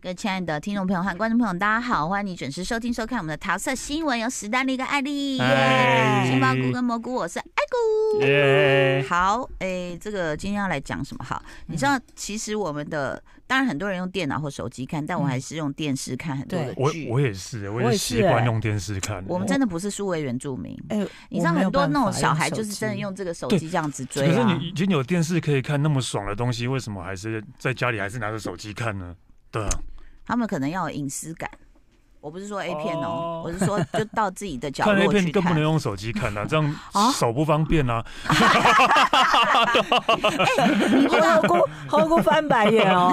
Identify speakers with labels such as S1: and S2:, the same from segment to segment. S1: 各位亲爱的听众朋友和观众朋友，大家好，欢迎你准时收听收看我们的桃色新闻，有史丹利跟艾丽，
S2: 嗨
S1: 杏鲍菇跟蘑菇，我是艾
S2: 耶
S1: 菇。，好，哎，这个今天要来讲什么？
S2: 嗯
S1: 好，你知道，其实我们的当然很多人用电脑或手机看，但
S2: 嗯
S1: 我还是用电视看很多的
S3: 对
S2: 我
S1: 剧。
S2: 我也是，我
S3: 我
S2: 也
S3: 也
S2: 是
S3: 是
S2: 习惯
S3: 欸
S2: 用电视看。
S1: 我们真的不是数位原住民，
S3: 哎、
S1: 你知道很多那种小孩就是真的 用这个手机这样子追
S2: 可是
S1: 啊
S2: 你。已经有电视可以看那么爽的东西，为什么还是在家里还是拿着手机看呢？对啊，
S1: 他们可能要有隐私感。我不是说 A 片哦
S2: 哦，
S1: 我是说就到自己的角
S2: 看 A
S1: 落
S2: 片
S1: 去
S2: 更不能
S1: 看。
S2: 用手机看啊，这样
S1: 啊
S2: 手不方便啊。
S3: 猴姑猴姑翻白眼哦，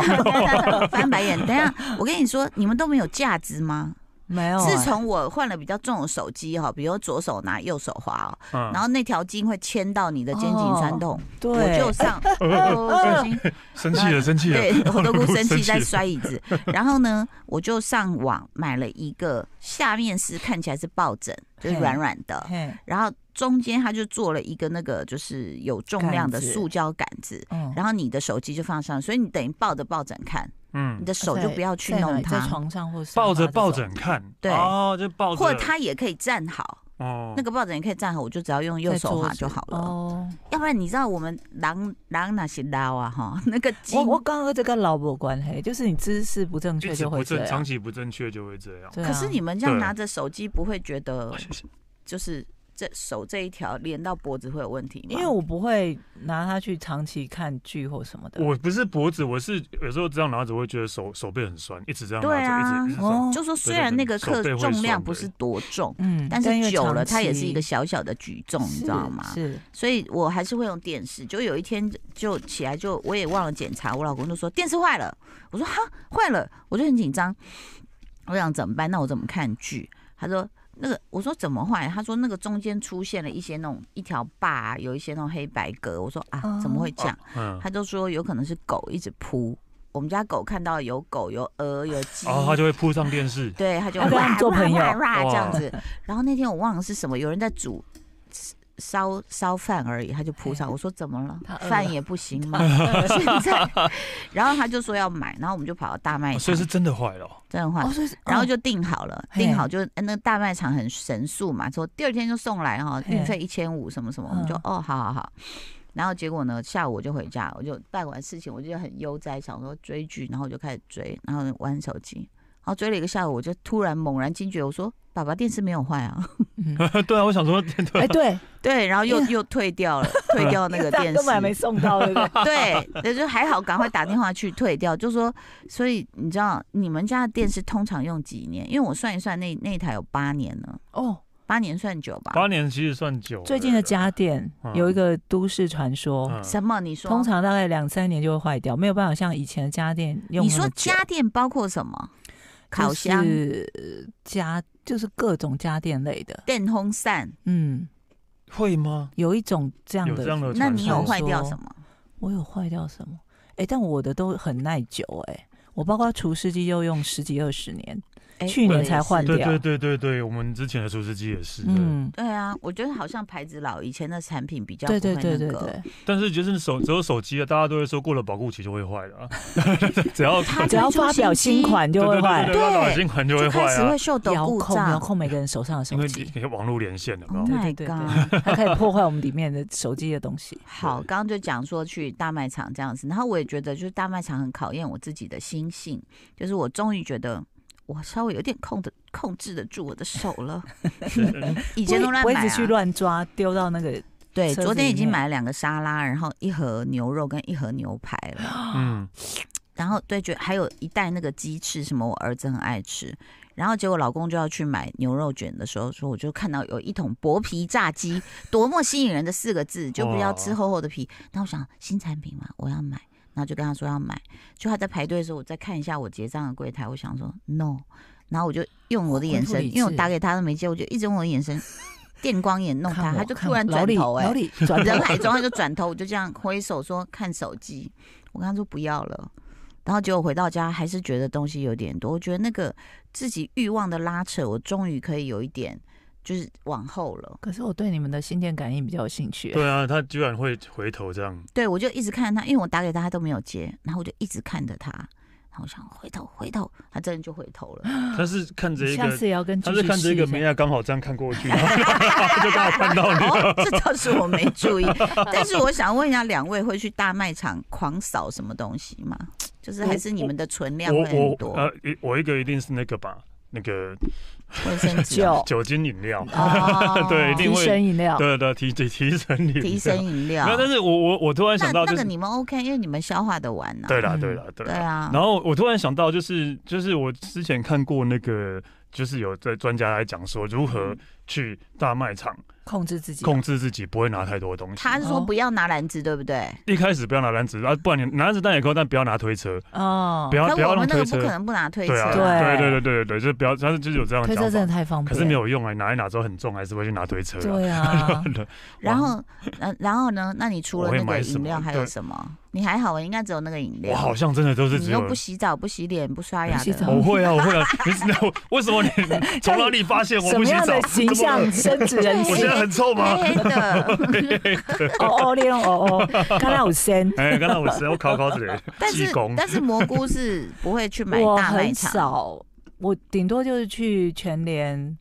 S1: 翻白眼，等一下，我跟你说，你们都没有价值吗？
S3: 没有、啊
S1: 自从我换了比较重的手机哈，比如左手拿，右手滑哦，
S2: 嗯，
S1: 然后那条筋会牵到你的肩颈酸痛，
S3: 对，呃
S1: 我就 上，哦小心
S2: 生气了，生气了
S1: 对，我都不生气，
S2: 生气
S1: 在摔椅 子。然后呢，我就上网买了一个下面是看起来是抱枕，就是
S3: 嘿
S1: 软软的，
S3: 嘿，
S1: 然后中间他就做了一个那个就是有重量的
S3: 杆子
S1: 塑胶杆子，
S3: 嗯，
S1: 然后你的手机就放上，所以你等于抱着抱枕看，你
S2: 嗯，
S1: 的手就不要去
S3: 啊在
S1: 弄
S3: 哪在
S1: 它，
S3: 床上或是啊
S2: 抱着抱枕看，
S1: 对
S2: 哦，就抱着，
S1: 或者它也可以站好，
S2: 哦
S1: 那个抱枕也可以站好，我就只要用右
S3: 在
S1: 手
S3: 桌
S1: 滑
S3: 子
S1: 就好了。
S3: 哦，
S1: 要不然你知道我们狼狼哪些捞啊哈， 那个筋
S3: 我我刚刚这跟老婆关系，就是你姿势不正
S2: 一
S3: 确
S2: 直
S3: 就
S2: 不
S3: 会这
S2: 正，
S3: 样
S2: 长。期不正确就会这样。
S3: 对啊
S1: 可是你们这样
S2: 对
S1: 拿着手机不会觉得
S2: 哦谢谢
S1: 就是这手这一条连到脖子会有问题吗？
S3: 因为我不会拿它去长期看剧或什么的。
S2: 我不是脖子，我是有时候这样拿着会觉得手手背很酸，一直这样
S1: 对啊
S2: 拿着，一直一直这样。
S1: 就说虽然那个克
S2: 手背会
S1: 重量
S2: 酸
S1: 不
S2: 的
S1: 是多重。
S3: 嗯
S1: 但是久了，它也是一个
S3: 习
S1: 小小的举重，你知道吗？
S3: 是
S1: 所以我还是会用电视。就有一天就起来就我也忘了检查，我老公就说电视坏了，我说哈坏了，我就很紧张，我想怎么办？那我怎么看剧？他说那个我说怎么坏？他说那个中间出现了一些那种一条坝啊、有一些那种黑白格。我说啊
S3: 哦
S1: 怎么会这样？
S2: 嗯，
S1: 他就说有可能是狗一直扑，我们家狗看到有狗有鹅
S3: 哦
S1: 有鸡。
S2: 然后哦他就会扑上电视，
S1: 对，他就
S3: 要跟他们做朋友
S1: 哇哇哇这样
S2: 哇
S1: 子。然后那天我忘了是什么，有人在煮烧烧饭而已，他就扑上。我说怎么了
S3: 哎他？饿了
S1: 饭也不 行吗？现在， 然后他就说要买，然后我们就跑到大卖
S2: 哦
S1: 场，
S2: 所以是真的坏了哦。
S1: 真的话
S3: 哦，。所以是
S1: 然后就订好了，
S3: 嘿
S1: 订好就哎那个大卖场很神速嘛，说第二天就送来哈，
S3: 嘿
S1: 运费一千五什么什么，我们就
S3: 嗯
S1: 哦好好好。然后结果呢，下午我就回家，我就办完事情，我就很悠哉，想说追剧，然后我就开始追，然后玩手机，然后追了一个下午，我就突然猛然惊觉，我说爸爸电视没有坏啊，
S3: 嗯
S2: 对啊，我想说，对
S3: 哎对，
S1: 对，然后又
S3: 哎呀
S1: 又退掉了，退掉那
S3: 因为
S1: 个
S3: 大家
S1: 电
S3: 根本还没
S1: 视。
S3: 送到，对不对？
S1: 对，那就还好，赶快打电话去退掉。就说，所以你知道你们家的电视通常用几年？因为我算一算那，那台有八年了。
S3: 哦，
S1: 八年算久吧？
S2: 八年其实算久了。
S3: 最近的家电
S2: 嗯
S3: 有一个都市传说，
S2: 嗯
S1: 什么？你说？
S3: 通常大概两三年就会坏掉，没有办法像以前的家电用
S1: 你
S3: 那么
S1: 说
S3: 久
S1: 家电包括什么？烤箱
S3: 就、是呃家就是各种家电类的，
S1: 电风扇。
S3: 嗯，
S2: 会吗？
S3: 有一种这样
S2: 有
S3: 的，
S2: 这样的传说，
S1: 那你有坏掉什么？
S3: 我有坏掉什么？哎、但我的都很耐久、哎，我包括除湿机又用十几二十年，
S1: 哎
S3: 去年
S1: 我也
S3: 才换
S1: 是
S2: 对
S3: 掉
S2: 对对对对，我们之前的厨师机也是。嗯，
S3: 嗯，
S1: 对啊，我觉得好像牌子老，以前的产品比较不
S3: 对
S1: 会
S3: 对对
S1: 那
S3: 对
S1: 个。
S3: 对，
S2: 但是就是手只有手机啊，大家都会说过了保护期就会坏了啊，只要
S1: 它
S3: 只要
S1: 推出
S3: 发表
S1: 新
S3: 新
S1: 机
S3: 款就会坏
S2: 对，对对对对
S1: 对
S2: 到了新款就会
S1: 就
S2: 坏
S1: 开始
S2: 啊
S1: 会，受到
S3: 遥
S1: 故
S3: 控遥
S1: 障。
S3: 控每个人手上的手
S2: 因为
S3: 机，
S2: 你网络连线的嘛
S1: Oh。my
S3: 对对对对
S1: god！
S3: 它开始破坏我们里面的手机的东西。
S1: 好，刚刚就讲说去大卖场这样子，然后我也觉得就是大卖场很考验我自己的心性，就是我终于觉得我稍微有点控的控制得住我的手了， 以
S3: 以
S1: 前都乱买
S3: 我一直
S1: 啊
S3: 去。乱抓，丢到那个
S1: 对，
S3: 车
S1: 昨
S3: 子
S1: 天已
S3: 里
S1: 经
S3: 面
S1: 买了两个沙拉，然后一盒牛肉跟一盒牛排了，
S2: 嗯，
S1: 然后对，就还有一袋那个鸡翅，什么我儿子很爱吃。然后结果老公就要去买牛肉卷的时候，说我就看到有一桶薄皮炸鸡，多么吸引人的四个字，就不要吃厚厚的皮。那我想新产品嘛，我要买，然后就跟他说要买。就他在排队的时候，我再看一下我结账的柜台，我想说 no，然后我就用我的眼
S3: 恢复
S1: 神，
S3: 哦理
S1: 因为我
S3: 智
S1: 打给他都没接，我就一直用我的眼神电光眼弄他，
S3: 看我
S1: 他就
S3: 看
S1: 突
S3: 我
S1: 然
S3: 老
S1: 转
S3: 李
S1: 头、哎，
S3: 老李转
S1: 人
S3: 头，
S1: 海中，他就转头，我就这样挥手说看手机。我跟他说不要了，然后结果回到家还是觉得东西有点多。我觉得那个自己欲望的拉扯，我终于可以有一点就是往后了。
S3: 可是我对你们的心电感应比较有兴趣。
S2: 对啊，他居然会回头这样，
S1: 对我就一直看他，因为我打给他他都没有接，然后我就一直看着他。然后我想回头回头，他真的就回头了。
S2: 他是看着一
S3: 下
S2: 个，
S3: 次也要跟
S2: 他
S3: 继
S2: 是
S3: 续
S2: 看着一个梅亚刚好这样看过去，然后就刚好看到你。
S1: 哦，这倒是我没注意，但是我想问一下，两位会去大卖场狂扫什么东西吗？就是还是你们的存量会很
S2: 我我
S1: 多，
S2: 呃，一我一个一定是那个吧，那个
S1: 卫生纸啊
S3: 酒、
S2: 酒精饮料，
S1: 哦
S2: 对一定
S3: 提
S2: 会
S3: 神饮料，
S2: 对对，提提提神饮料，
S1: 提神饮料
S2: 没有，。但是我我我突然
S1: 那
S2: 想到
S1: 那
S2: 就
S1: 个
S2: 是，
S1: 你们 OK，因为你们消化得完呐、啊
S2: 对啦
S3: 嗯
S2: 对啦对
S1: 对
S2: 啦。
S1: 啊，
S2: 然后我突然想到，就是就是我之前看过那个，就是有在专家来讲说如
S1: 嗯
S2: 何去大卖场
S3: 控制自己。
S2: 控制自己不会拿太多东西。
S1: 他是说
S3: 哦
S1: 不要拿篮子，对不对？
S2: 一开始不要拿篮子啊，不然你拿篮子当然也可以，但不要拿推车，
S3: 哦
S2: 不，要
S1: 可
S2: 不要
S1: 我
S2: 用
S1: 们那
S2: 推
S1: 个不
S2: 车
S1: 可。能不拿推车
S2: 对啊，
S1: 啊，
S2: 对对对
S3: 对
S2: 对对，就是不要，但是就是有这样的
S3: 推
S2: 讲
S3: 车真的
S2: 法，
S3: 太方便，
S2: 可是没。有用啊，拿一拿之后很重，还是会去拿推车啊。
S3: 对啊，
S1: 然后，呃，然后呢？那你除了
S2: 我会
S1: 那个
S2: 买什
S1: 饮料
S2: 么
S1: 还有
S2: 对
S1: 什么？你还好，应该只有那个饮料。
S2: 我好像真的都是
S1: 你
S2: 只
S1: 又
S2: 有
S1: 不洗澡、不洗脸、不刷
S3: 不
S1: 牙
S3: 洗
S1: 的
S3: 澡，
S2: 我会啊，我 会啊。你是 为什么你从哪里发现 我
S3: 什
S2: 不
S3: 么
S2: 洗
S3: 样
S2: 澡
S3: 的？
S2: 怎
S3: 形
S2: 么了
S3: 象深植人
S2: 我
S1: 我
S2: 现
S3: 心？
S2: 在很臭 吗？
S1: 黑黑的。
S3: 哦哦，利用哦哦，刚才有先，
S2: 哎，刚才我是要考考 这里，
S1: 但
S2: 济
S1: 是
S2: 公
S1: 但是蘑菇是不会去买
S3: 我
S1: 大卖
S3: 很
S1: 场，
S3: 少，我顶多就是去全联，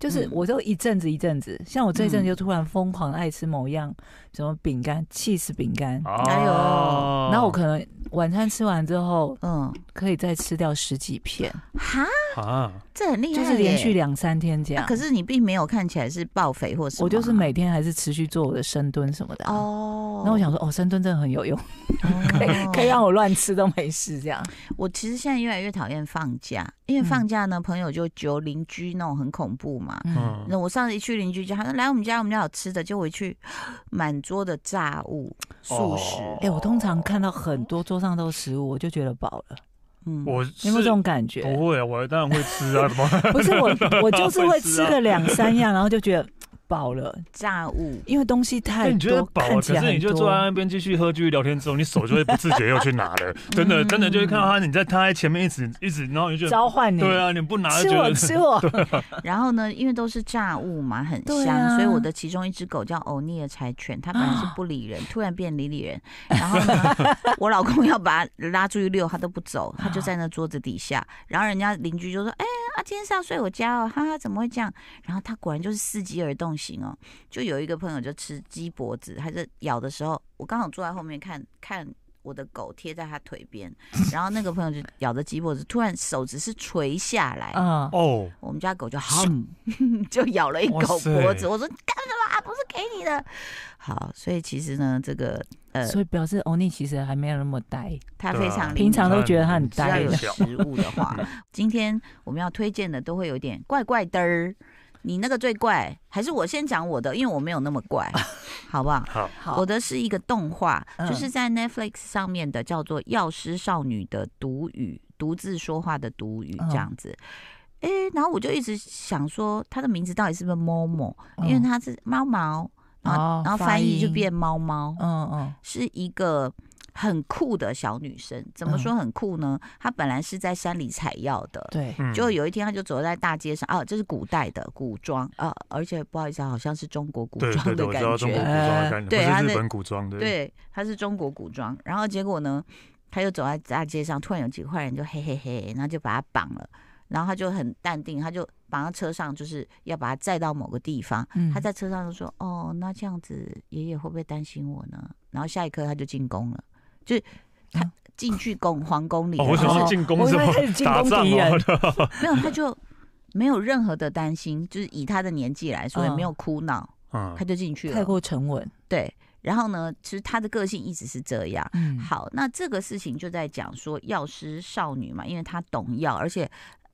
S3: 就是
S1: 嗯
S3: 我就一阵子一阵子，像我这一
S1: 嗯
S3: 阵子就突然疯狂地爱吃某样什么饼干、cheese 饼干，
S1: 哎呦
S2: 哦
S3: 然后我可能晚餐吃完之后
S1: 嗯，
S3: 可以再吃掉十几片，
S1: 哈，
S2: 啊，
S1: 这很厉害
S3: 就
S1: 耶，
S3: 是连续两三天这
S1: 那
S3: 样。
S1: 可是你并没有看起来是暴肥或什么啊，
S3: 我就是每天还是持续做我的深蹲什么的啊。
S1: 哦。
S3: 那我想说，哦，深蹲真的很有用，可以
S1: 哦，
S3: 可以让我乱吃都没事这样。
S1: 我其实现在越来越讨厌放假，因为
S3: 嗯
S1: 放假呢，朋友就揪邻居那种很恐怖嘛。
S3: 嗯，
S2: 嗯，
S1: 那我上次一去邻居家，他说来我们家，我们家有吃的，就我一去，满桌的炸物、素食，
S2: 哦
S3: 哎、我通常看到很多桌上都是食物，我就觉得饱了。
S1: 嗯，
S2: 我
S3: 你
S2: 是
S3: 有没有这种感觉？
S2: 不会啊，我当然会吃 啊，怎么？
S3: 不是 我，我就是会吃
S2: 会吃
S3: 个两三样，然后就觉得饱了，
S1: 炸物，
S3: 因为东西太
S2: 那你觉得
S3: 多，
S2: 饱了，
S3: 看起
S2: 可
S3: 来
S2: 是你
S3: 很
S2: 就坐在
S3: 多。
S2: 那边继续喝、继续聊天之后，你手就会不自觉又去拿了，真的，真的就会看到他，你在他在前面一直一直，然后你就觉得，
S3: 召唤你，
S2: 对啊，你不拿就
S3: 吃
S2: 觉
S3: 我
S2: 得
S3: 吃我，
S1: 然后呢，因为都是炸物嘛，很
S3: 对
S1: 香，
S3: 啊
S1: 所以我的其中一只狗叫欧尼尔柴犬，它本来是不理人，突然变理理人。然后呢，我老公要把它拉出去遛，它都不走，它就在那桌子底下。然后人家邻居就说：“哎、啊，今天是要睡我家哦，哈哈，怎么会这样？”然后它果然就是伺机而动型哦。就有一个朋友就吃鸡脖子，他在咬的时候，我刚好坐在后面看看。我的狗贴在他腿边，然后那个朋友就咬着鸡脖子，突然手指是垂下来，
S3: 嗯，
S2: 哦，
S1: 我们家狗就哼，就咬了一
S2: 哇
S1: 口
S2: 塞
S1: 脖子。我说你干什么？啊不是给你的。好，所以其实呢，这个呃，
S3: 所以表示欧尼其实还没有那么呆，
S1: 它
S2: 对啊
S1: 非常灵
S3: 平常嗯都觉得他很
S1: 只要
S3: 呆
S1: 有
S3: 的。
S1: 食 物的 话，今天我们要推荐的都会有点怪怪的儿。你那个最怪，还是我先讲我的，因为我没有那么 怪，好不好？
S2: 好，
S3: 好
S1: 我，的是一个动画，
S3: 嗯
S1: 就是在 Netflix 上面的，叫做《药师少女的独语》，独自说话的独语
S3: 嗯
S1: 这样子。诶，然后我就一直想说，它的名字到底是不是 Momo？因为
S3: 嗯
S1: 它是猫毛，然后、
S3: 哦
S1: 然后翻译就
S3: 发音
S1: 变猫猫，
S3: 嗯嗯
S1: 是一个。很酷的小女生，怎么
S3: 嗯
S1: 说很酷呢？她本来是在山里采药的，
S3: 对，
S2: 嗯
S1: 就有一天她就走在大街上，啊，这是古代的古装啊，而且不好意思，好像是中国古
S2: 对对
S1: 装
S2: 对，
S1: 的
S2: 我
S1: 感
S2: 知道中国古
S1: 觉，
S2: 装的感
S1: 对
S2: 觉，
S1: 他那
S2: 不是日本古装的，，
S1: 对，她是中国古装。然后结果呢，她又走在大街上，突然有几个坏人就嘿嘿嘿，然后就把她绑了，然后她就很淡定，她就绑到车上，就是要把她载到某个地方。
S3: 嗯，
S1: 他在车上就说：“哦，那这样子爷爷会不会担心我呢？”然后下一刻他就进宫了，就是他
S3: 嗯
S1: 进去宫皇宫里了，
S2: 哦，我
S1: 然
S2: 想
S1: 后
S2: 是
S3: 哦
S2: 进攻
S3: 我以
S2: 是
S3: 为
S2: 吗
S3: 他是？进
S2: 打
S3: 攻
S2: 仗
S3: 敌人
S2: 哦，
S1: 没有他就没有任何的担心，就是以他的年纪来说也
S3: 嗯
S1: 没有哭闹，
S2: 嗯
S1: 他就进去
S3: 太
S1: 了。
S3: 过沉稳，
S1: 对，然后呢，其实他的个性一直是这样。
S3: 嗯，
S1: 好，那这个事情就在讲说药师少女嘛，因为她懂药，而且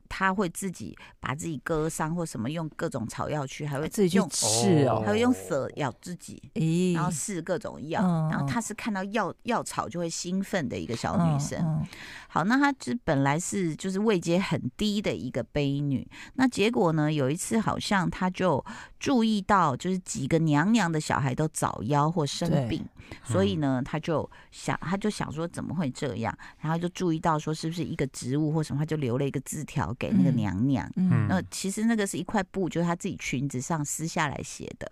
S1: 她会自己把自己割伤或什么，用各种草药去，还会
S3: 自己去
S1: 用，
S3: 吃
S2: 哦
S3: 哦，
S1: 还会用蛇咬自己。
S3: 咦，
S1: 然后试各种药，
S3: 嗯
S1: 然后她是看到药药草就会兴奋的一个小女生。
S3: 嗯，嗯
S1: 好，那她是本来是就是位阶很低的一个悲女，那结果呢，有一次好像她就注意到，就是几个娘娘的小孩都早夭或生
S3: 对嗯
S1: 病，所以呢，她就想，她就想说怎么会这样，然后就注意到说是不是一个植物或什么，她就留了一个字条给那个
S3: 嗯
S1: 娘娘。
S3: 嗯
S1: 那其实那个是一块布，就是她自己裙子上撕下来写的。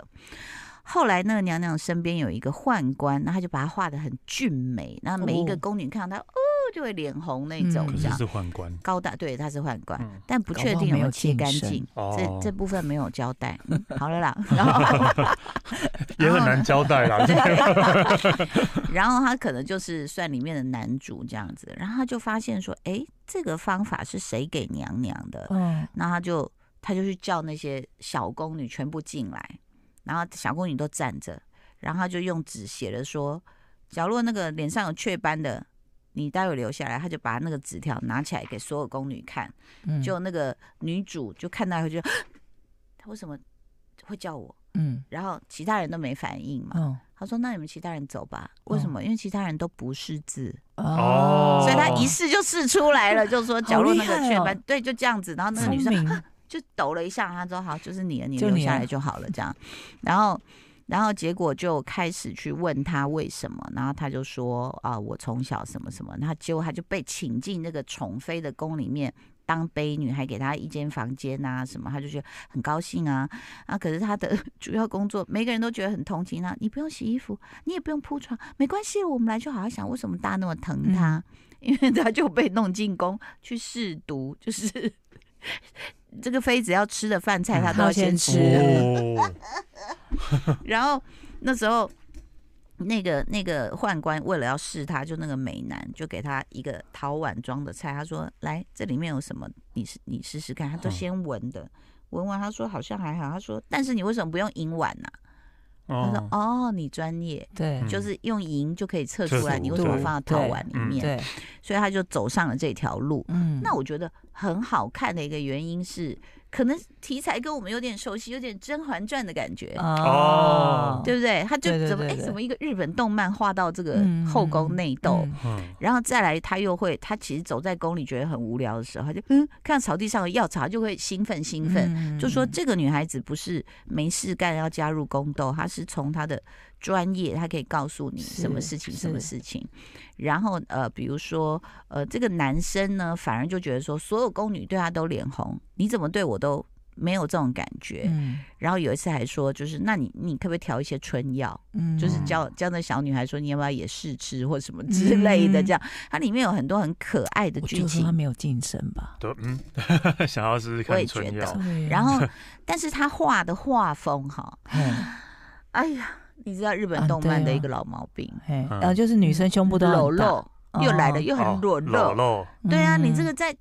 S1: 后来那个娘娘身边有一个宦官，那他就把她画的很俊美，那每一个
S3: 哦
S1: 宫女看到她，哦，就会脸红那种
S3: 嗯
S2: 可
S1: 这
S2: 是
S1: 样。
S2: 是宦官
S1: 高大对，他是宦官，
S2: 嗯
S1: 但不确
S3: 搞不好
S1: 定有
S3: 没有
S1: 切
S3: 晋
S1: 干
S3: 升
S1: 净，这
S2: 哦
S1: 这部分没有交代。嗯好了啦， 然后
S2: 也很
S1: 然后
S2: 难交 代啦。
S1: 然后他可能就是算里面的男主这样子，然后他就发现说，哎，这个方法是谁给娘娘的？
S3: 嗯，
S1: 那他就他就去叫那些小宫女全部进来，然后小宫女都站着，然后他就用纸写了说，假如那个脸上有雀斑的，你待会留下来，他就把那个纸条拿起来给所有宫女看，
S3: 嗯
S1: 就那个女主就看到以后就，他为什么会叫我？
S3: 嗯
S1: 然后其他人都没反应嘛，
S3: 嗯哦
S1: 他说那你们其他人走吧，为什么？因为其他人都不识字，
S2: 哦
S1: 所以他
S2: 疑
S1: 一试就试出来了，就说假如那个
S3: 好厉害
S1: 雀
S3: 哦
S1: 斑，对，就这样子，然后那个
S3: 聪
S1: 女生。
S3: 明，
S1: 就抖了一下，他说好，就是你了，你
S3: 就
S1: 留
S3: 你
S1: 下
S3: 了
S1: 来就好了，这样。然后，然后结果就开始去问他为什么，然后他就说啊，我从小什么什么，然后结果他就被请进那个宠妃的宫里面。当妃女还给他一间房间啊，什么他就觉得很高兴啊啊！可是他的 主要工作，每个人都觉得很同情他。你不用洗衣服，你也不用铺床，没关系，我们来就好好想为什么大家那么疼他， 因为他就被弄进宫去试毒，就是 这个妃子要吃的饭菜，
S2: 嗯
S1: 他都要
S3: 他先
S1: 先
S3: 吃
S1: 吃。
S2: 哦，
S1: 然后那时候那个那个宦官为了要试他，就那个美男就给他一个陶碗装的菜，他说：“来，这里面有什么？你试你试试看。”他都
S2: 嗯
S1: 先闻的，闻完他说好像还好，他说：“但是你为什么不用银碗啊呢、他说：“
S2: 哦，
S1: 哦，你专业。”
S3: 对
S2: 嗯
S1: 就是用银就可以测
S2: 测
S1: 出来，
S2: 出
S1: 你为什么
S2: 对
S1: 放到陶
S3: 对
S1: 碗里
S2: 嗯
S1: 面？
S3: 对，
S1: 所以他就走上了这条路。
S3: 嗯，
S1: 那我觉得很好看的一个原因是，可能题材跟我们有点熟悉，有点《甄嬛传》的感
S3: 哦
S1: 觉。
S2: 哦
S1: 对不对？他就
S3: 对对
S1: 怎么
S3: 对
S1: 哎，
S3: 对
S1: 怎么一个日本动漫画到这个
S3: 嗯
S1: 后宫内斗，
S3: 嗯
S2: 嗯，
S1: 然后再来他又会，他其实走在宫里觉得很无聊的时候，他就嗯，看到草地上的药草他就会兴奋兴奋，
S3: 嗯
S1: 就说这个女孩子不是没事干要加入宫斗，她是从她的专业，她可以告诉你
S3: 是
S1: 什么事情
S3: 是
S1: 什么事情。然后呃，比如说呃，这个男生呢，反而就觉得说所有宫女对他都脸红，你怎么对我都没有这种感觉。
S3: 嗯
S1: 然后有一次还说，就是那你你可不可以调一些春药，
S3: 嗯
S1: 就是教教那小女孩说你要不要也试吃或什么之类的，
S3: 嗯
S1: 这样。它里面有很多很可爱的
S3: 我
S1: 剧
S3: 就说
S1: 情
S3: 他。没有晋升吧，
S2: 对，嗯， 想要试试
S1: 我也
S2: 看
S1: 觉得
S2: 春药，
S3: 对
S1: 然 后，但是他画的画风哈，
S3: 嘿
S1: 哎呀，你知道日本
S3: 啊
S1: 动漫的
S3: 对啊
S1: 一个老毛病，
S3: 嘿，
S2: 嗯
S3: 然后就是女生胸部都很
S1: 嗯裸
S3: 大，
S1: 露，又来了
S3: 哦
S1: 又很裸
S2: 裸
S1: 露。
S2: 露，
S1: 对啊，你这
S3: 嗯
S1: 个在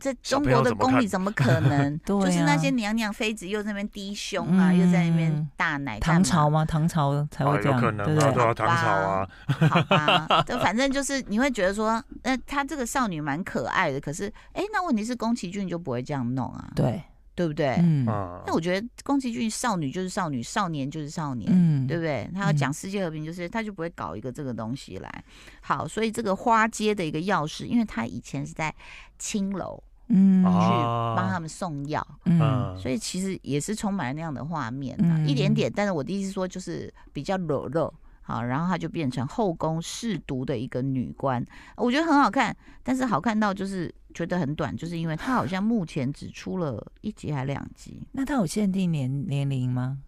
S1: 在中
S2: 小
S1: 国
S2: 朋友
S1: 的
S2: 怎么
S1: 宫里
S2: 看
S1: 怎么可能？
S3: 对啊
S1: 就是那些娘娘妃子又在那边低胸啊，
S3: 嗯
S1: 又在那边大奶干
S3: 唐
S1: 嘛。
S3: 朝吗？唐朝才
S2: 啊
S3: 会，这
S2: 有
S3: 样，
S2: 可
S3: 对
S2: 能
S3: 不
S2: 啊，
S3: 对？
S2: 对啊，唐朝
S1: 好
S2: 啊，
S1: 好吧， 就反正就是你会觉得说，呃，她这个少女蛮可爱的，可是，哎、那问题是宫崎骏就不会这样弄啊，
S3: 对，
S1: 对不对？
S3: 嗯
S2: 嗯
S1: 那，我觉得宫崎骏少女就是少女，少年就是少年，
S3: 嗯
S1: 对不
S3: 不
S1: 对？他要讲
S3: 嗯
S1: 世界和平，就是他就不会搞一个这个东西来。好，所以这个花街的一个钥匙，因为他以前是在青楼
S3: 嗯
S1: 去
S2: 哦
S1: 帮他们送药，
S3: 嗯
S2: 嗯，
S1: 所以其实也是充满了那样的画面、啊，
S3: 嗯
S1: 一点点。但是我的意思说，就是比较裸露。好，然后她就变成后宫侍读的一个女官，我觉得很好看，但是好看到就是觉得很短，就是因为她好像目前只出了一集还两集，
S3: 那他有限定年年龄吗？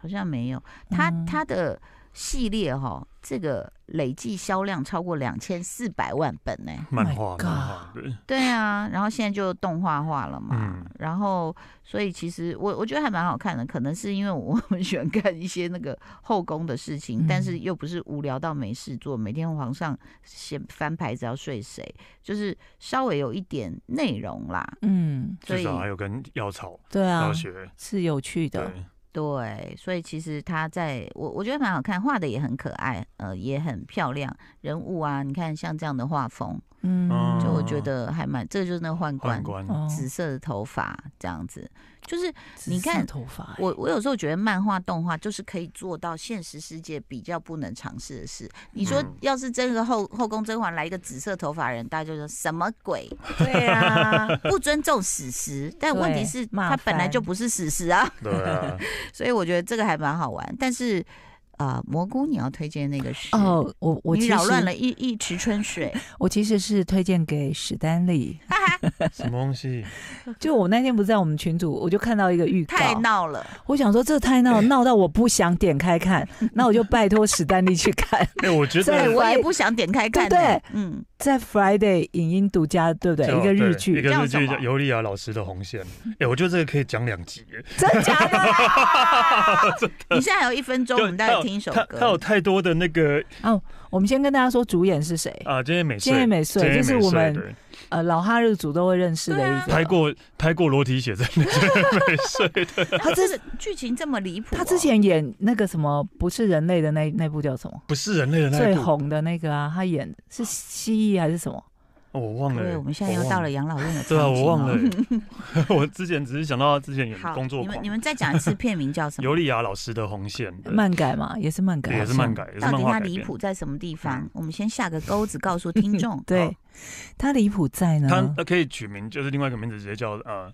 S1: 好像没有。它
S3: 嗯
S1: 它的系列哈、这个累计销量超过两千四百万本呢、
S2: 漫
S3: My
S2: 画，
S3: God
S2: 漫画，对，
S1: 对啊，然后现在就动画化了嘛，
S2: 嗯
S1: 然后所以其实我我觉得还蛮好看的，可能是因为我们 喜欢看一些那个后宫的事情，
S3: 嗯
S1: 但是又不是无聊到没事做，每天皇上掀翻牌子要睡谁，就是稍微有一点内容啦。
S3: 嗯，
S1: 所
S2: 至
S1: 以嗯
S2: 少还有跟药草
S3: 对啊
S2: 药，学，
S3: 是有趣的，
S2: 对，
S1: 对，所以其实他在我我觉得蛮好看，画的也很可爱，呃，也很漂亮，人物啊，你看像这样的画风，
S3: 嗯，
S2: 嗯
S1: 就我
S2: 哦
S1: 觉得还蛮，这就是那个宦官
S2: 宦，官，
S3: 哦
S1: 紫色的头发这样子，就是
S3: 紫
S1: 你
S3: 色
S1: 看
S3: 头发，
S1: 我我有时候觉得漫画动画就是可以做到现实世界比较不能尝试的事。你说
S2: 嗯
S1: 要是真的后后宫甄嬛来一个紫色头发人，大家就说什么鬼，
S3: 对啊，
S1: 不尊重史实，但问题
S3: 对
S1: 是
S3: 骂
S1: 它本来
S3: 翻
S1: 就不是史实啊。
S2: 对啊，
S1: 所以我觉得这个还蛮好玩。但是，呃，蘑菇你要推荐那个是，
S3: 哦，我我
S1: 你
S3: 其
S1: 扰
S3: 实
S1: 乱了一一池春水，
S3: 我其实是推荐给史丹利，
S1: 哈
S2: 什么东西？
S3: 就我那天不是在我们群组，我就看到一个预告，
S1: 太闹了，
S3: 我想说这太闹，闹到我不想点开看， 那我就拜托史丹利去看。
S2: 哎，我觉
S3: 对
S1: 对
S2: 得
S1: 我也不想点开看、欸，
S3: 对对
S1: 嗯，
S3: 在 Friday 影音独家，对不对？
S2: 叫
S3: 一个日
S2: 对一
S3: 剧，
S2: 个
S1: 叫
S2: 日
S1: 什
S2: 剧
S1: 么
S2: 叫尤利亚老师的红线。哎，我觉得这个可以讲两集。
S3: 真假 的啦？
S1: 你现在还有一分钟，
S2: 就
S1: 我们大
S2: 他
S1: 概
S2: 有
S1: 听一首
S2: 他他有
S1: 歌。
S2: 太多的那个
S3: 啊我们先跟大家说主演是谁？
S2: 啊，今天美穗，
S3: 菅野美穗
S2: 菅野
S3: 这是
S2: 美
S3: 我们
S2: 对
S3: 呃，老哈日族都会认识的
S1: 啊
S3: 一个。
S2: 拍过拍过裸体写真的菅野美穗，对
S1: 他这是剧情这么离谱哦、
S3: 他之前演那个什么不是人类的那那部叫什么？
S2: 不是人类的那
S3: 最
S2: 一部，
S3: 红的那个啊，他演是蜥蜴还是什么？
S2: 哦我忘了
S1: 对，
S2: 欸。
S1: 我们现在要
S2: 我
S1: 到
S2: 忘
S1: 了
S2: 了。
S1: 养老院的场景
S2: 对
S1: 哦、
S2: 啊，我忘了欸。 我之前只是想到他之前演
S1: 好，
S2: 工作
S1: 你们
S2: 狂
S1: 你，们再讲一次片名叫什
S2: 尤
S1: 么？
S2: 利亚老师的红线，对
S3: 漫改嘛，也是漫改，
S2: 也是
S3: 好像。
S2: 漫。改，也是
S1: 到
S2: 漫
S1: 底
S2: 画
S1: 它
S2: 改
S1: 离
S2: 编。嗯
S1: 谱在什么地方？我们先下个钩子，告诉听众。
S3: 对
S2: 好，
S3: 他离谱在呢。
S2: 他他可以取名，就是另外一个名字，直接叫呃。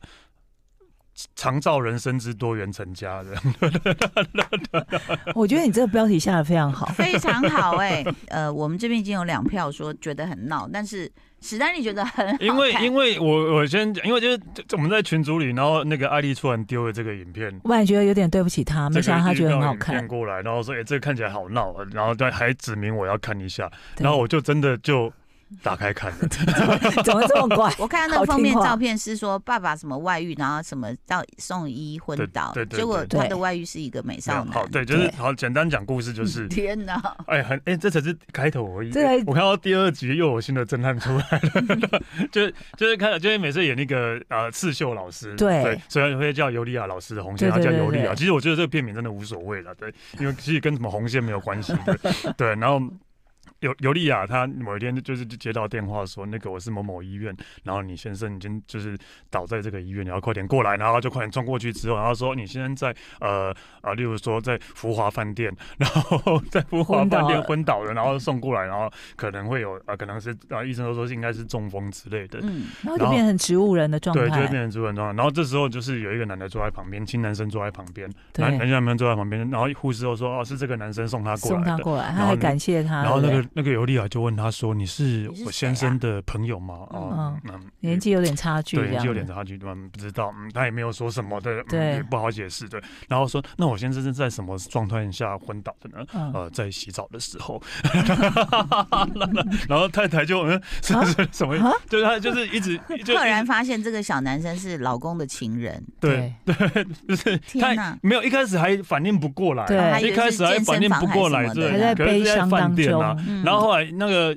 S2: 长照人生之多元成家的，
S3: 我觉得你这个标题下的非常好
S1: 非常好哎、呃，我们这边已经有两票说觉得很闹，但是史丹利觉得很好看
S2: 因为因为我我先讲，因为就是我们在群组里，然后那个艾丽突然丢了这个影片，
S3: 我本来觉得有点对不起他，没想到他觉得很
S2: 这个预
S3: 好
S2: 告影片
S3: 看。
S2: 过来，然后说哎、这个看起来好闹啊，然后他还指明我要看一下，
S3: 对
S2: 然后我就真的就打开 看了，
S3: 怎么这么 怪？
S1: 我看到那个封面
S3: 好听话
S1: 照片是说爸爸什么外遇，然后什么到送医昏倒，
S2: 对对对
S1: 结果
S3: 对
S1: 他的外遇是一个美少男。
S2: 好对，就是
S3: 对
S2: 好简单讲故事 就是。
S1: 天哪！
S2: 哎，很哎、这才是开头而已。哎
S3: 这才
S2: 我看到第二集又有新的侦探出来 了，就是就是看到就是每次演那个呃刺绣老师，
S3: 对
S2: 虽然会叫尤利亚老师的红线，
S3: 对
S2: 他
S3: 对
S2: 叫
S3: 对
S2: 尤利亚。
S3: 对
S2: 其实我觉得这个片名真的无所谓了，对，因为其实跟什么红线没有关系的，对。然后尤尤利亚她某一天就是就接到电话说，那个我是某某医院，然后你先生已经就是倒在这个医院，然后快点过来，然后就快点冲过去之后，然后说你先生在呃啊，例如说在福华饭店，然后 在福华饭店昏倒了，然后送过来，然后可能会有啊，可能是啊，医生都说是应该是中风之类的。
S1: 嗯，
S3: 然后就变成植物人的状
S2: 对，就会变
S3: 态。
S2: 成主人状态。然后这时候就是有一个男的坐在旁边，青男生坐在旁边，
S3: 对
S2: 男男男生坐在旁边，然后护士又说：“哦，是这个男生送他过
S3: 送
S2: 来
S3: 他
S2: 的。
S3: 过来，
S2: 然
S3: 他
S2: 后
S3: 还
S2: 那
S3: 感谢他。
S2: 然后那
S3: 对不
S2: 个那个尤利亚就问他说：“你是
S1: 你是谁啊
S2: 我先生的朋友吗？”哦，嗯，
S3: 对年纪有点差距，
S2: 对，
S3: 这
S2: 年
S3: 样
S2: 纪有点
S3: 子。
S2: 差距，嗯，不知道，嗯，他也没有说什么的，
S3: 对
S2: 嗯，也不好解释，对。然后说，那我先生是在什么状态下昏倒的呢？
S3: 嗯，
S2: 呃，在洗澡的时候， 然后太太就嗯， 是
S3: 啊
S2: 是什么
S3: 啊？
S2: 就是他就是一 直就
S1: 赫然发现这个小男生是老公的情人，
S2: 对，就是
S1: 天
S2: 他
S1: 哪！
S2: 没有一开始还反应不过来，
S3: 对
S1: 还以
S2: 一
S1: 为
S2: 开
S1: 是
S2: 始还
S1: 健
S2: 反
S1: 身
S2: 应
S1: 房
S2: 不过来，
S1: 还是什么
S2: 对
S1: 的
S3: 还在
S2: 可是
S3: 悲
S2: 是在
S3: 伤
S2: 饭
S3: 当
S2: 店
S3: 中
S2: 啊。
S1: 嗯
S2: 然后后来那个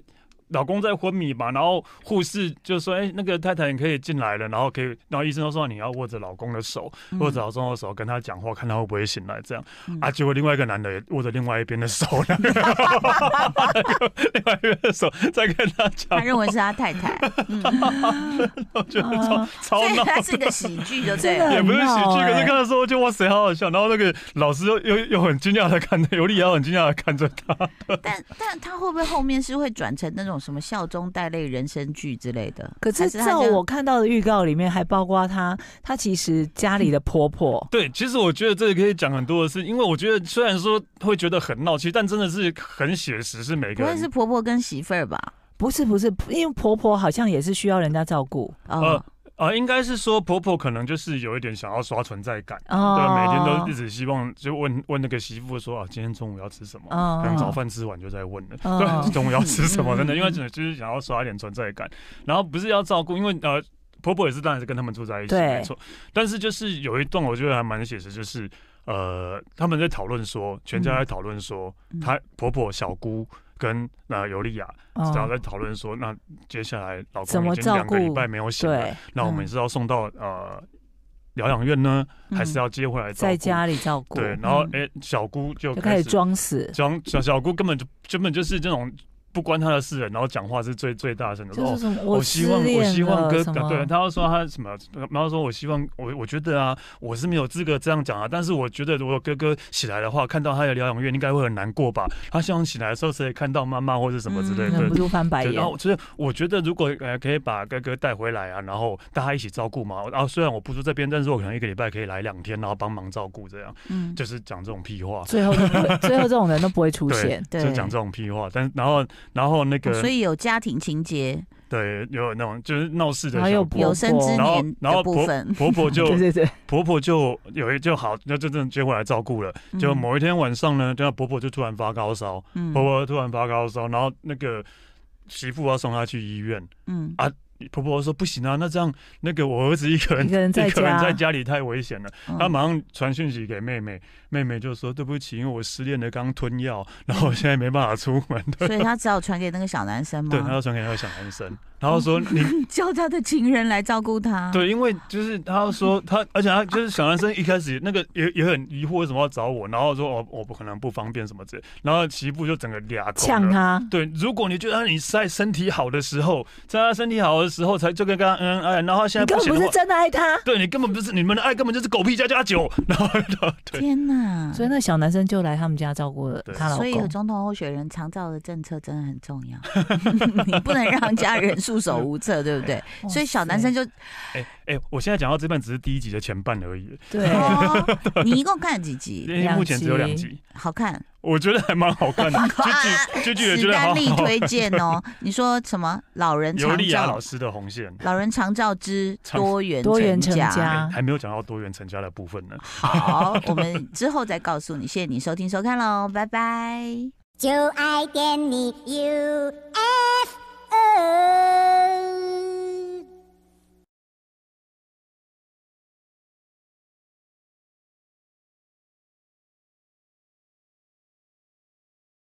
S2: 老公在昏迷嘛，然后护士就说：“哎、那个太太你可以进来了。”然后可以，然后医生都说你要握着老公的手，
S1: 嗯
S2: 握着老公的手跟他讲话，看他会不会醒来。这样、
S1: 嗯
S2: 啊，结果另外一个男的也握着另外一边的手， 然后另外一边的手在跟他讲
S1: 他，认为是他太 太，嗯，
S2: 我觉得超、
S3: 啊
S2: 超
S1: 所以
S2: 闹。
S1: 他是一个喜剧，就对
S3: 真的
S1: 了。
S2: 也不是喜
S3: 很
S2: 剧，
S3: 闹
S2: 可
S3: 欸
S2: 是看的时候就哇塞，好好笑。然后那个老师又又又很惊讶的看着，尤利亚很惊讶的看着他。
S1: 但但他会不会后面是会转成那种什么笑中带泪人生剧之类的？
S3: 可
S1: 还
S3: 是
S1: 他
S3: 照
S1: 这样
S3: 我看到的预告里面，还包括她，她其实家里的婆婆，
S2: 对，其实我觉得这个可以讲很多的事，因为我觉得虽然说会觉得很闹气，但真的是很写实，是每
S1: 不
S2: 个
S1: 会
S2: 人
S1: 是婆婆跟媳妇儿吧？
S3: 不是不是，因为婆婆好像也是需要人家照顾
S1: 哦，
S2: 啊、应该是说婆婆可能就是有一点想要刷存在感。对，啊
S3: 哦，
S2: 每天都一直希望就问问那个媳妇说啊，今天中午要吃什么？
S3: 哦
S2: 可能早饭吃完就在问了，
S3: 哦
S2: 对，啊 中午要吃什么？
S3: 嗯
S2: 真的，
S3: 嗯
S2: 因为只就是想要刷一点存在感，然后不是要照顾，因为呃。婆婆也是，当然是跟他们住在一起，
S3: 对
S2: 没错。但是就是有一段我觉得还蛮写实，就是呃，他们在讨论说，全家在讨论说，
S1: 嗯
S2: 她婆婆、小姑跟呃尤利亚，
S3: 哦
S2: 然后在讨论说，那接下来老
S3: 怎
S2: 公
S3: 么
S2: 已经两个礼
S3: 照顾
S2: 拜没有醒了，
S3: 对，
S2: 那我们
S3: 嗯
S2: 是要送到呃疗养院呢，还是要接回来照顾
S3: 嗯在家里照顾，
S2: 对，然后
S1: 嗯
S2: 哎、诶小姑就
S3: 就开
S2: 开
S3: 始
S2: 始
S3: 装死，
S2: 讲小小姑根本就根本就是这种不关她的事了，然后讲话是最最大声的，
S3: 就是
S2: 哦。
S3: 什么
S2: 我希
S3: 失
S2: 望，我
S3: 恋
S2: 希望
S3: 了
S2: 哥，
S3: 什么
S2: 对，他要说他什么，然后说我希望，我我觉得啊，我是没有资格这样讲啊，但是我觉得如果哥哥起来的话，看到他的疗养院，应该会很难过吧？他希望起来的时候，谁也看到妈妈或者什么之类
S1: 嗯
S2: 的，
S3: 忍不住翻白
S2: 对，
S3: 眼
S2: 然，后所以我觉得如果呃可以把哥哥带回来啊，然后大家一起照顾嘛。然后虽然我不住这边，但是我可能一个礼拜可以来两天，然后帮忙照顾这样，
S1: 嗯，
S2: 就是讲这种屁话。
S3: 最后都不会最后这种人都不会出
S2: 对
S3: 现，
S1: 对
S2: 就讲这种屁话，但然后然后那
S1: 哦
S2: 个
S1: 所以有家庭情节，
S2: 对，有那种就是闹事的
S3: 还
S2: 小
S3: 有
S2: 姑
S3: 婆
S1: 有生之
S3: 婆
S1: 年
S2: 然后
S1: 的部
S2: 婆
S1: 分，
S2: 婆 婆就
S3: 对对对，
S2: 婆婆就有一就好，那就真的接回来照顾了。 就
S1: 嗯
S2: 某一天晚上呢，就婆婆就突然发高烧，
S1: 嗯
S2: 婆婆突然发高烧，然后那个媳妇要送她去医院，
S1: 嗯
S2: 啊婆婆说不行啊，那这样那个我儿子一个人
S3: 一个人在
S2: 一个人
S3: 家
S2: 在家里太危险了。
S1: 嗯
S2: 她马上传讯息给妹妹，妹妹就说对不起，因为我失恋了，刚吞药，然后我现在没办法出门。
S1: 所以他只好传给那个小男生
S2: 对，她
S1: 嘛，
S2: 要传给那个小男生，然后 说你
S1: 叫他的情人来照顾他。，
S2: 对，因为就是他说他，而且他就是小男生一开始那个也也很疑惑为什么要找我，然后说哦我不可能不方便什么之类，然后媳妇就整个俩
S3: 呛他，
S2: 对，如果你觉得啊你在身体好的时候，在他身体好的时候才就跟他嗯哎，然后他现
S3: 你
S2: 在
S3: 根
S2: 不
S3: 本
S2: 行
S3: 不
S2: 的
S3: 是
S2: 话，
S3: 真的爱他，
S2: 对你根本不是你们的爱根本就是狗屁加加酒，然后对
S1: 天哪！
S3: 所以那小男生就来他们家照顾了
S2: 对
S3: 她老
S1: 所以
S3: 公。
S1: 总统候选人常照的政策真的很重 要，你不能让家人束手无策，对不对？
S3: 哇
S1: 所以小男
S3: 塞
S1: 生就
S2: 哎哎，我现在讲到这半只是第一集的前半而已，
S3: 对，
S1: 哦，你一共看了几
S2: 因
S1: 集？
S2: 为目前只有两
S3: 两集
S2: 集，
S1: 好看，
S2: 我觉得还蛮 好看的，剧剧剧也觉
S1: 史
S2: 得好
S1: 丹利
S2: 好。
S1: 推荐哦。你说什么？老人
S2: 尤
S1: 常
S2: 利亚老
S1: 照，
S2: 师的红线。
S1: 老人常照之
S2: 常
S1: 多元
S3: 多元成
S1: 家。
S3: 家
S2: 还还没有讲到多元成家的部分呢。
S1: 好，我们之后再告诉你。谢谢你收听收看喽，拜拜。
S4: 就爱点你 UFO。